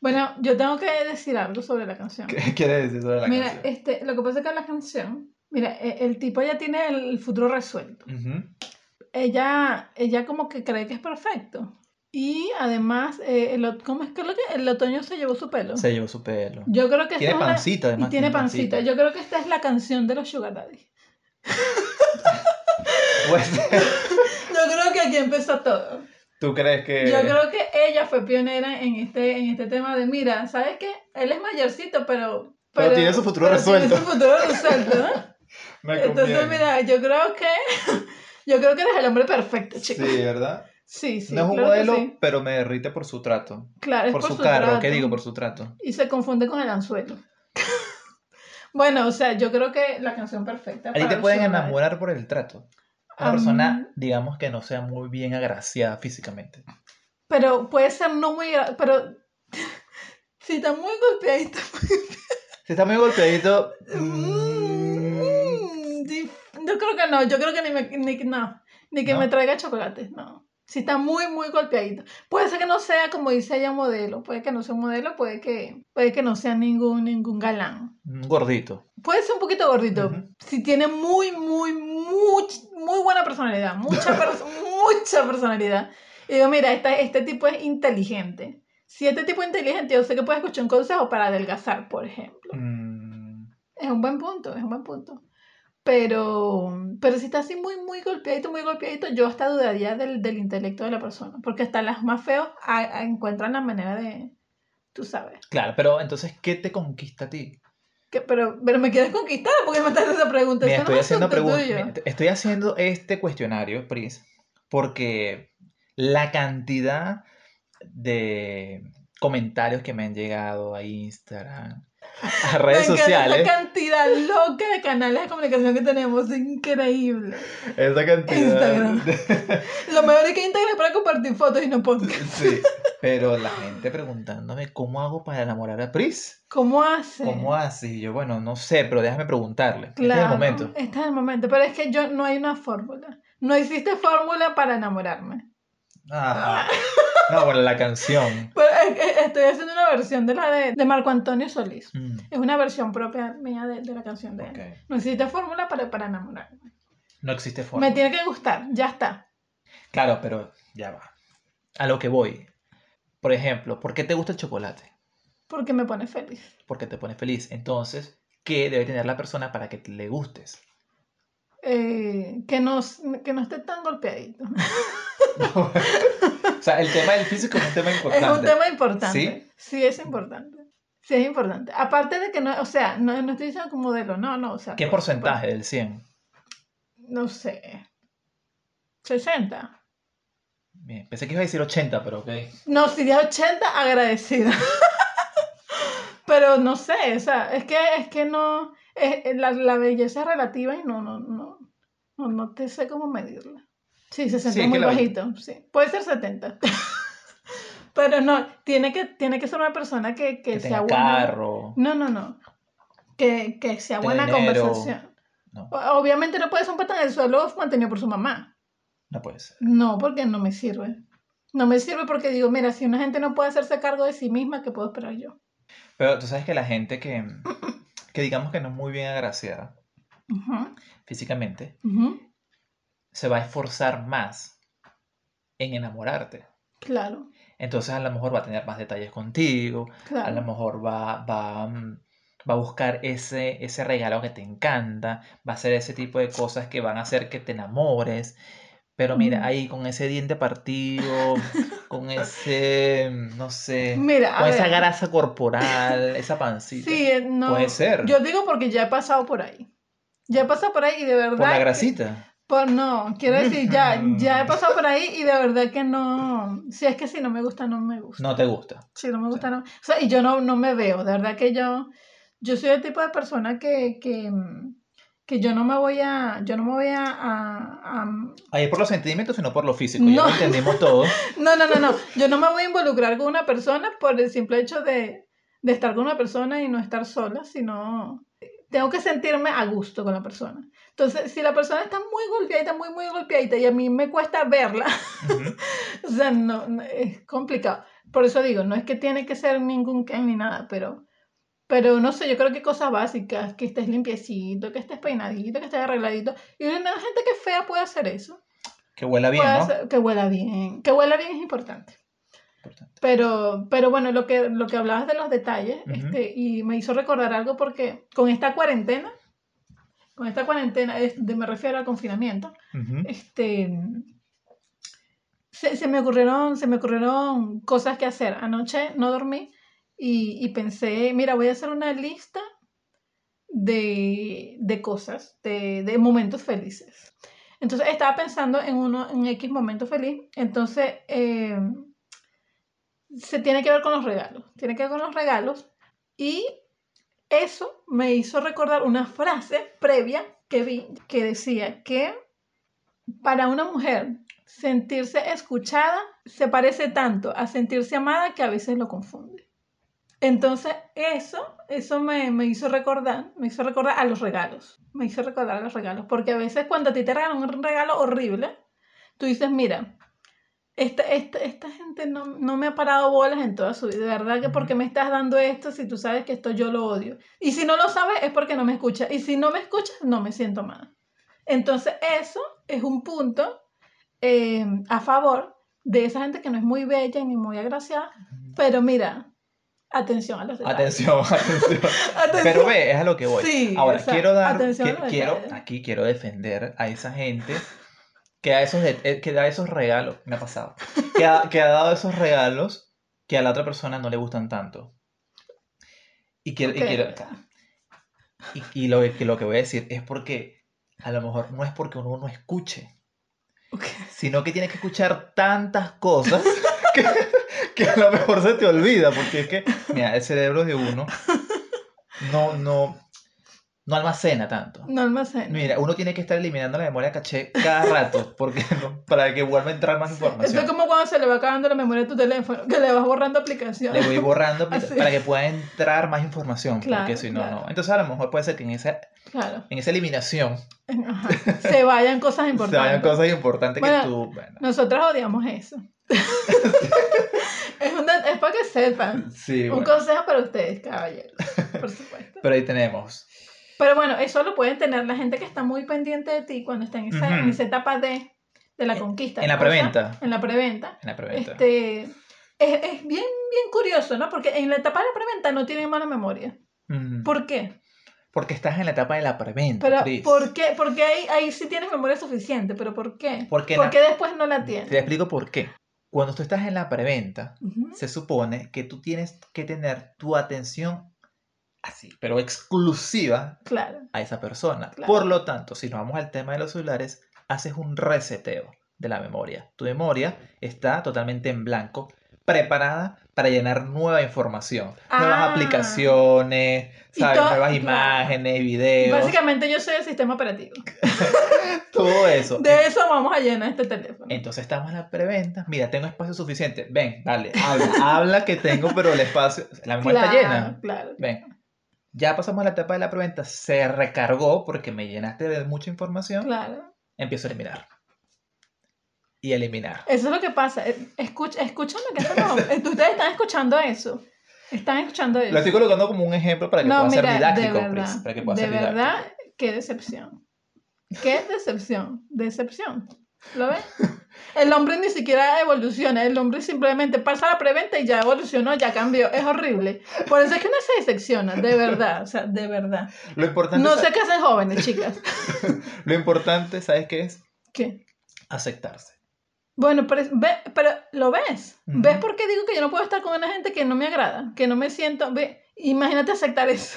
Bueno, yo tengo que decir algo sobre la canción.
¿Qué quieres decir sobre la
mira,
canción?
este, lo que pasa es que la canción, mira, e- el tipo ya tiene el futuro resuelto.
Ujú.
Ella, ella como que cree que es perfecto. Y además, eh, el, ot- ¿cómo es que lo que- el otoño se llevó su pelo?
Se llevó su pelo.
Yo creo que esta
Tiene
es una-
pancita,
y
además.
tiene pancita. Yo creo que esta es la canción de los Sugar Daddy.
Pues,
Yo creo que aquí empezó todo.
¿Tú crees que.?
Yo creo que ella fue pionera en este, en este tema de, mira, ¿sabes qué? Él es mayorcito, pero...
Pero tiene su futuro
pero tiene
resuelto.
su futuro resuelto, ¿no?
Me
Entonces,
conviene.
mira, yo creo que. Yo creo que eres el hombre perfecto,
Sí,
chico.
¿verdad?
Sí, sí.
no es un
claro que
modelo,
sí.
pero me derrite por su trato.
Claro, es
por, su,
su
carro,
trato.
¿qué digo? Por su trato.
Y se confunde con el anzuelo. bueno, o sea, yo creo que la canción perfecta.
Ahí
para
te
los
pueden
celulares.
enamorar por el trato. Una
Am-
persona, digamos que no sea muy bien agraciada físicamente.
Pero puede ser no muy... gra- Pero si está muy golpeadita.
Si está muy golpeadito. mm,
mm, dif- Yo creo que no, yo creo que ni, me- ni, no, ni que
¿No?
me traiga chocolate, no. Si está muy, muy golpeadito. Puede ser que no sea, como dice ella, modelo. Puede que no sea un modelo, puede que, puede que no sea ningún, ningún galán.
mm, gordito.
Puede ser un poquito gordito.
Ujú.
Si tiene muy, muy, muy, muy buena personalidad. Mucha, pers- mucha personalidad. Y digo, mira, esta- este tipo es inteligente. Si este tipo es inteligente, yo sé que puede escuchar un consejo para adelgazar, por ejemplo.
Mm,
Es un buen punto, es un buen punto. Pero, pero si está así muy, muy golpeadito, muy golpeadito, yo hasta dudaría del, del intelecto de la persona. Porque hasta las más feos a- a- encuentran la manera de, tú sabes.
claro, pero entonces, ¿qué te conquista a ti?
Que- pero, pero me quieres conquistar porque me estás haciendo esa pregunta.
Mira,
Eso no
estoy
es
haciendo
asunto
pregun-
tuyo.
mira, te- estoy haciendo este cuestionario, Pris, porque la cantidad de comentarios que me han llegado a Instagram, a redes
Me encanta
sociales,
Esta cantidad loca de canales de comunicación que tenemos, increíble.
esa cantidad.
Instagram. Lo mejor es que Instagram es para compartir fotos y no podcast.
Sí, pero la gente preguntándome cómo hago para enamorar a Pris.
¿Cómo hace?
¿Cómo hace? Y yo, bueno, no sé, pero déjame preguntarle. Este es el
Claro,
momento.
Este es el momento, pero es que yo no hay una fórmula. No existe fórmula para enamorarme.
Ajá. No, bueno, la canción.
Pero, eh, eh, estoy haciendo una versión de la de, de Marco Antonio Solís.
Mm,
Es una versión propia mía de, de la canción de él.
ok.
No existe fórmula para, para enamorarme.
No existe
Me
forma.
tiene que gustar, ya está.
Claro, pero ya va. A lo que voy. Por ejemplo, ¿por qué te gusta el chocolate?
Porque me pone feliz.
Porque te pone feliz. Entonces, ¿qué debe tener la persona para que le gustes?
Eh, que, no, que no esté tan golpeadito.
o sea, el tema del físico es un tema importante.
Es un tema importante.
¿Sí?
¿Sí? es importante. Sí, es importante. Aparte de que no, o sea, no, no estoy diciendo como modelo, no, no, o sea.
¿Qué
por-
porcentaje del 100?
por- no sé. 60.
Bien, pensé que iba a decir 80, pero ok.
No, si de 80, agradecida. Pero no sé, o sea, es que, es que no. es- es la, la belleza es relativa y no, no, no. No, no te sé cómo medirla. Sí, 60
Sí,
es
es
muy
que la-
bajito. Sí. Puede ser 70. Pero no, tiene que, tiene que ser una persona que, que,
Que
sea
tenga
buena.
carro.
No, no, no. Que, que sea
Tener
buena
dinero.
conversación.
No,
O- Obviamente no puede ser un pata en el suelo mantenido por su mamá.
no puede ser.
No, porque no me sirve. No me sirve porque digo, mira, si una gente no puede hacerse cargo de sí misma, ¿qué puedo esperar yo?
Pero tú sabes que la gente que, que digamos que no es muy bien agraciada
Ujú,
físicamente,
ujú,
se va a esforzar más en enamorarte.
Claro,
Entonces a lo mejor va a tener más detalles contigo, a lo
claro.
mejor va, va, mm, va a buscar ese, ese regalo que te encanta, va a hacer ese tipo de cosas que van a hacer que te enamores. Pero mira,
Mm.
ahí con ese diente partido, con ese, mm, no sé,
Mira,
con
a
esa
ver,
grasa corporal, esa pancita.
sí, eh, no.
Puede ser.
Yo digo porque ya he pasado por ahí. Ya he pasado por ahí y de verdad.
Por la
que-
grasita. Mm.
por- no, quiero decir, ya, ya he pasado por ahí y de verdad que no. Si es que si no me gusta, no me gusta.
No te gusta.
Sí, no me gusta nada. O sea, y yo no, no me veo, de verdad que yo, yo soy el tipo de persona que, que, mm, que yo no me voy a, yo no me voy a, a- mm, a- no,
Ahí por los sentimientos, sino por lo físico. Ya
No.
lo entendimos todo.
no, no, no, yo no me voy a involucrar con una persona por el simple hecho de, de estar con una persona y no estar sola, sino tengo que sentirme a gusto con la persona. Entonces, si la persona está muy golpeadita, muy, muy golpeadita y a mí me cuesta verla,
Ujú.
O sea, no, no, es complicado. Por eso digo, no es que tiene que ser ningún can ni nada, pero, pero no sé, yo creo que cosas básicas, que estés limpiecito, que estés peinadito, que estés arregladito. Y una gente que es fea puede hacer eso.
Que huela bien,
Puede
¿no?
hacer- que huela bien. Que huela bien es importante.
Importante.
Pero, pero bueno, lo que, lo que hablabas de los detalles,
Ujú.
este, y me hizo recordar algo porque con esta cuarentena, con esta cuarentena, es- de- me refiero al confinamiento,
Ujú.
este se, se me ocurrieron se me ocurrieron cosas que hacer anoche no dormí y, y pensé mira voy a hacer una lista de, de cosas de, de momentos felices entonces estaba pensando en uno en x momento feliz entonces eh, se tiene que ver con los regalos tiene que ver con los regalos y eso me hizo recordar una frase previa que vi que decía que para una mujer sentirse escuchada se parece tanto a sentirse amada que a veces lo confunde. Entonces eso, eso me, me hizo recordar, me hizo recordar a los regalos, me hizo recordar a los regalos, porque a veces cuando a ti te regalan un regalo horrible, tú dices, mira, esta, esta, esta gente no, no, me ha parado bolas en toda su vida, de verdad que porque me estás dando esto si tú sabes que esto yo lo odio. Y si no lo sabes es porque no me escuchas, y si no me escuchas no me siento amada. Entonces eso es un punto eh, a favor de esa gente que no es muy bella ni muy agraciada, pero mira, atención a los detalles.
Atención, atención. atención. Pero ve, es a lo que voy.
Sí,
Ahora,
o sea,
quiero dar,
atención
que-
a los
quiero,
detalles.
aquí quiero defender a esa gente que da esos, de- eh, que da esos regalos, me ha pasado, que ha, que ha dado esos regalos que a la otra persona no le gustan tanto. Y, quiero,
Ok.
y, quiero- y- y lo, que- lo que voy a decir es porque a lo mejor no es porque uno no escuche,
Ok.
sino que tienes que escuchar tantas cosas que, que a lo mejor se te olvida, porque es que, mira, el cerebro de uno no, no, no almacena tanto.
No almacena.
Mira, uno tiene que estar eliminando la memoria caché cada rato, porque no- para que vuelva a entrar más
Esto es
información.
como cuando se le va acabando la memoria a tu teléfono, que le vas borrando aplicaciones.
Le voy borrando
Así.
para que pueda entrar más información, porque
Claro,
si no,
claro.
no. Entonces a lo mejor puede ser que en esa,
Claro.
en esa eliminación
Ajá. Se vayan cosas
se vayan
importantes.
cosas importantes
Bueno,
que tú... bueno,
Nosotras odiamos eso. es, un de- es para que sepan.
sí,
Un
bueno.
consejo para ustedes, caballeros. Por supuesto.
Pero ahí tenemos.
Pero bueno, eso lo pueden tener la gente que está muy pendiente de ti cuando está en esa,
Ujú.
en esa etapa de, de la conquista.
en la
O sea,
preventa.
En la preventa.
En la preventa.
Este, es, es bien, bien curioso, ¿no? Porque en la etapa de la preventa no tienen mala memoria.
Mm.
¿Por qué?
Porque estás en la etapa de la preventa,
Pero,
Cris.
¿por qué? Porque ahí, ahí sí tienes memoria suficiente, pero ¿por qué?
Porque
¿Por
la-
qué después no la
Te
tienes?
explico por qué. Cuando tú estás en la preventa,
Ujú.
se supone que tú tienes que tener tu atención así, pero exclusiva
Claro.
a esa persona.
Claro.
Por lo tanto, si nos vamos al tema de los celulares, haces un reseteo de la memoria. Tu memoria está totalmente en blanco, preparada para llenar nueva información, nuevas
Ah.
aplicaciones,
Y
¿sabes?
todo-
nuevas
claro.
imágenes, videos,
Básicamente yo soy el sistema operativo.
todo eso.
De eso vamos a llenar este teléfono.
Entonces estamos eh, en la preventa. Mira, tengo espacio suficiente. Ven, dale, habla, habla que tengo, pero el espacio, la memoria
claro,
está llena.
Claro.
Ven, ya pasamos a la etapa de la preventa. Se recargó porque me llenaste de mucha información.
Claro.
Empiezo a eliminar. Y eliminar.
Eso es lo que pasa. Eh, Escucha, escúchame que eso no- eh, Ustedes están escuchando eso. Están escuchando eso.
Lo estoy colocando como un ejemplo para que
Eh. no,
pueda
mira,
ser didáctico,
de verdad.
Pris, para que pueda
de
ser didáctico.
verdad, qué decepción. Qué decepción. Decepción. ¿Lo ves? El hombre ni siquiera evoluciona. El hombre simplemente pasa la preventa y ya evolucionó, ya cambió. Es horrible. Por eso es que uno se decepciona, de verdad. O sea, de verdad.
Lo importante,
No se casen jóvenes, chicas.
lo importante, ¿sabes qué es?
¿Qué?
Aceptarse.
Bueno, pero, es- ve- pero lo ves.
Ujú.
¿Ves por qué digo que yo no puedo estar con una gente que no me agrada? Que no me siento. Ve, imagínate aceptar eso.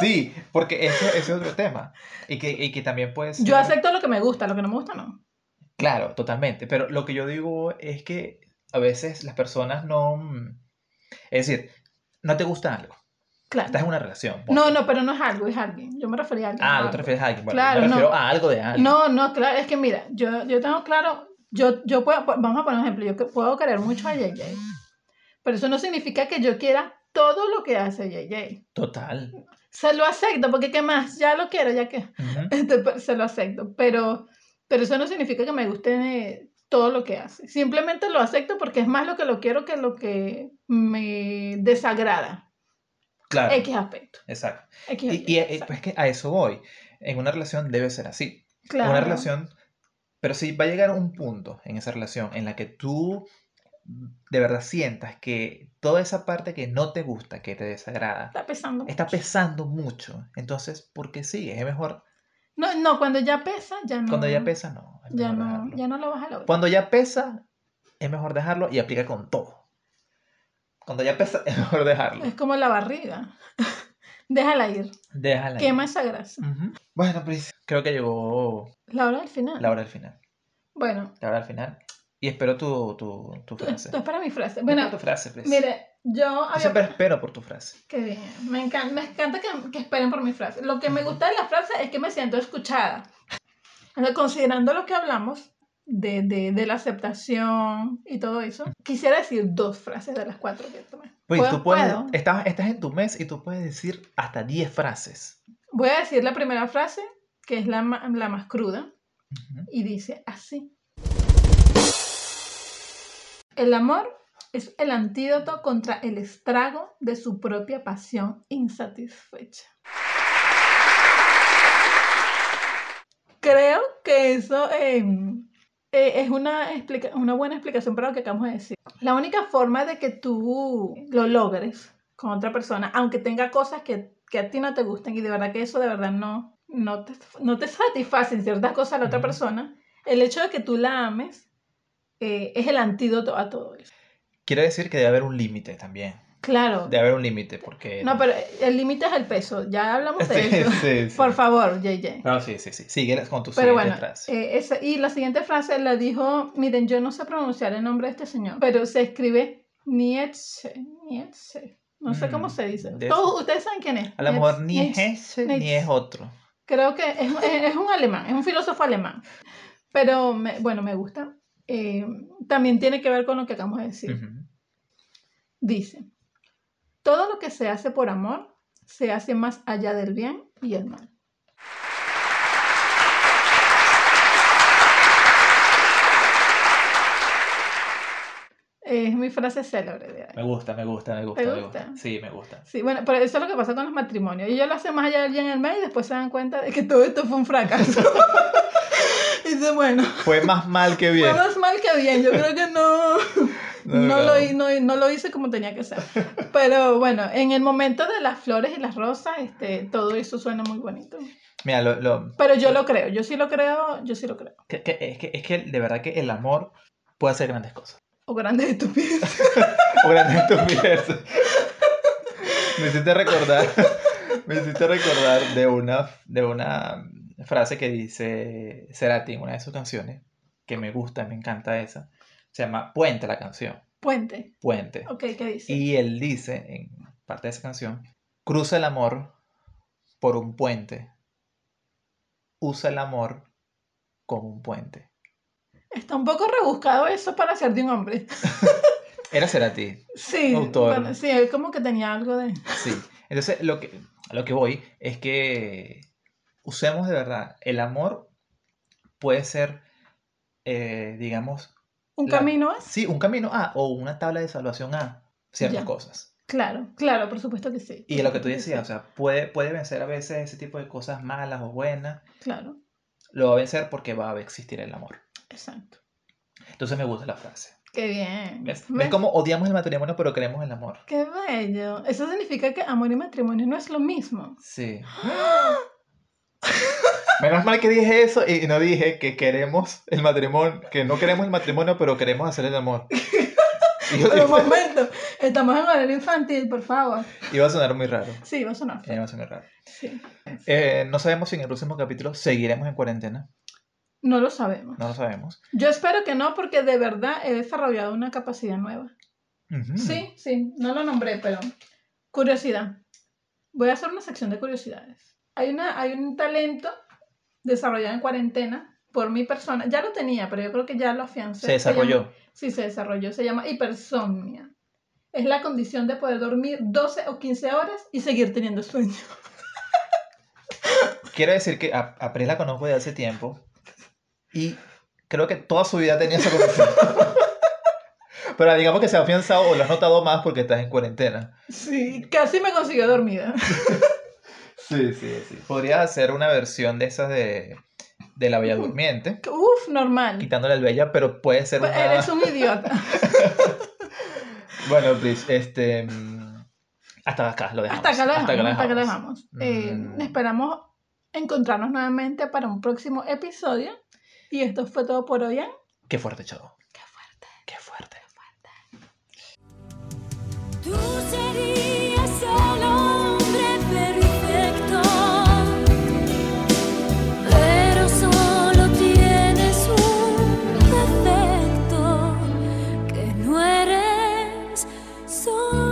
Sí, porque eso, eso es otro tema. Y que, y que también puede ser...
Yo acepto lo que me gusta, lo que no me gusta no.
Claro, totalmente. Pero lo que yo digo es que a veces las personas no... mm, Es decir, no te gusta algo.
Claro.
Estás en una relación.
No, no, pero no es algo, es alguien. Yo me refería a alguien.
Ah, no
no
te
algo.
refieres a alguien. Bueno,
Claro,
me
no.
refiero a algo de alguien.
No, no, claro, es que mira, yo, yo tengo claro. Yo, yo puedo, pues, vamos a poner un ejemplo, yo que- puedo querer mucho a JJ, pero eso no significa que yo quiera todo lo que hace JJ.
Total.
Se lo acepto, porque ¿qué más? Ya lo quiero, ya que.
Ujú.
Este, pe- se lo acepto, pero, pero eso no significa que me guste eh, todo lo que hace. Simplemente lo acepto porque es más lo que lo quiero que lo que me desagrada.
Claro,
X aspecto.
exacto.
X
Y, y, eh,
aspecto,
pues que a eso voy. En una relación debe ser así. En
claro.
una relación... Pero si va a llegar un punto en esa relación en la que tú mm, de verdad sientas que toda esa parte que no te gusta, que te desagrada,
Está pesando.
está pesando mucho. Entonces, ¿por qué sigues? Es mejor
No, no, cuando ya pesa, ya no.
Cuando ya pesa, no. Pues es
Mm, Ya
mejor
no,
dejarlo.
ya no lo vas a lograr.
Cuando ya pesa, es mejor dejarlo y aplica con todo. Cuando ya pesa, es mejor dejarlo.
Es como la barriga. Déjala ir.
Déjala. ahí.
Quema esa grasa.
Ujú. Bueno, Pris, creo que llegó
La hora del final.
la hora del final.
Bueno,
La hora del final. Y espero tu, tu, tu
tú-
frase.
esto es para mi frase.
Espero
Bueno,
tu frase, Pris.
mire,
pues.
yo
Yo
había
siempre espero por tu frase.
Qué bien. Me encanta, me encanta que, que esperen por mi frase. Lo que me gusta de la frase es que me siento escuchada. O sea, considerando lo que hablamos de, de- de la aceptación y todo eso, quisiera decir dos frases de las cuatro que tomé.
Pues
¿Puedo-
tú puedes,
puedo?
Estás, estás en tu mes y tú puedes decir hasta 10 frases.
Voy a decir la primera frase, que es la, ma- la más cruda,
Ujú.
y dice así. El amor es el antídoto contra el estrago de su propia pasión insatisfecha. Creo que eso eh, eh, es una, explica- una buena explicación para lo que acabamos de decir. La única forma de que tú lo logres con otra persona, aunque tenga cosas que, que a ti no te gusten y de verdad que eso de verdad no, no, te, no te satisfacen ciertas cosas a la otra
Ujú.
persona, el hecho de que tú la ames eh, es el antídoto a todo eso.
Quiere decir que debe haber un límite también.
Claro.
Debe haber un límite porque...
No, pero el límite es el peso. Ya hablamos de
Sí,
eso.
sí, sí.
Por favor, JJ.
No, sí, sí, sí. Sigue con tu
Pero
siguiente
bueno,
frase.
eh, esa- y la siguiente frase la dijo, miren, yo no sé pronunciar el nombre de este señor, pero se escribe Nietzsche, Nietzsche, no sé cómo
Mm,
se dice.
de
Todos ustedes saben quién es.
A lo mejor
Nietzsche,
ni es
Nietzsche.
ese ni es otro.
Creo que es, es- es un alemán, es un filósofo alemán. Pero me- bueno, me gusta. Eh, también tiene que ver con lo que acabamos de decir.
Ujú.
Dice, todo lo que se hace por amor se hace más allá del bien y el mal. Es mi frase célebre de
Me
ahí.
gusta, me gusta, me gusta, me gusta.
gusta?
Sí, me gusta.
Sí, bueno, pero eso es lo que pasa con los matrimonios. Ellos lo hacen más allá del bien y el mal y después se dan cuenta de que todo esto fue un fracaso. y dice, bueno,
Fue más mal que bien.
fue más mal que bien. Yo creo que no...
No,
no,
no.
Lo, hi- no, no lo hice como tenía que ser. Pero bueno, en el momento de las flores y las rosas, este, todo eso suena muy bonito.
Mira, lo, lo-
Pero yo lo creo, yo sí lo creo, yo sí lo creo.
que- que- es, que, es que de verdad que el amor puede hacer grandes cosas.
O grandes estupideces.
O grandes estupideces. me hiciste recordar. Me hiciste recordar de una, de una frase que dice Cerati en una de sus canciones, que me gusta, me encanta esa. Se llama Puente la canción.
Puente.
Puente.
Ok, ¿qué dice?
Y él dice, en parte de esa canción, cruza el amor por un puente. Usa el amor como un puente.
Está un poco rebuscado eso para ser de un hombre.
Era Cerati,
Sí,
Autor.
bueno, sí, él como que tenía algo de...
sí. Entonces, lo que, a lo que voy es que usemos de verdad. El amor puede ser, eh, digamos,
Un
La-
camino es.
sí, un camino A o una tabla de salvación A, ciertas
Ya.
cosas.
Claro, claro, por supuesto que sí.
Y lo que tú decías, o sea, puede, puede vencer a veces ese tipo de cosas malas o buenas.
Claro,
Lo va a vencer porque va a existir el amor.
exacto.
Entonces me gusta la frase.
Qué bien.
¿Ves?
¿Ves?
¿Ves cómo odiamos el matrimonio pero queremos el amor?
Qué bello. Eso significa que amor y matrimonio no es lo mismo.
Sí. Menos mal que dije eso y no dije que queremos el matrimonio, que no queremos el matrimonio pero queremos hacer el amor. Iba,
Pero un momento, estamos en horario infantil, por favor.
iba a sonar muy raro.
Sí, va a sonar.
Iba a sonar raro.
Sí.
Eh, no sabemos si en el próximo capítulo seguiremos en cuarentena.
No lo sabemos.
No lo sabemos.
Yo espero que no, porque de verdad he desarrollado una capacidad nueva.
Ujú.
Sí, sí, no lo nombré, pero curiosidad. Voy a hacer una sección de curiosidades. Hay, una, hay un talento desarrollado en cuarentena por mi persona. Ya lo tenía, pero yo creo que ya lo afiancé.
Se desarrolló.
Sí, se desarrolló. Se llama hipersomnia. Es la condición de poder dormir 12 o 15 horas y seguir teniendo sueño.
Quiero decir que a, a Pris la conozco desde hace tiempo y creo que toda su vida tenía esa condición. Pero digamos que se ha afianzado o lo has notado más porque estás en cuarentena.
Sí, casi me consiguió dormida.
Sí, sí, sí. Podrías hacer una versión de esas de, de La Bella Durmiente,
Uf, normal.
quitándole el Bella, pero puede ser
Pues
una-
Eres un idiota.
Bueno, Pris, este... mm, Hasta acá lo dejamos.
Hasta acá lo dejamos. Hasta,
lo
acá lo
dejamos.
dejamos. Eh,
Mm.
esperamos encontrarnos nuevamente para un próximo episodio. Y esto fue todo por hoy. ¿eh?
Qué fuerte, chavo.
Qué fuerte.
Qué fuerte.
Tú serías el hombre perfecto, pero solo tienes un defecto que no eres solo.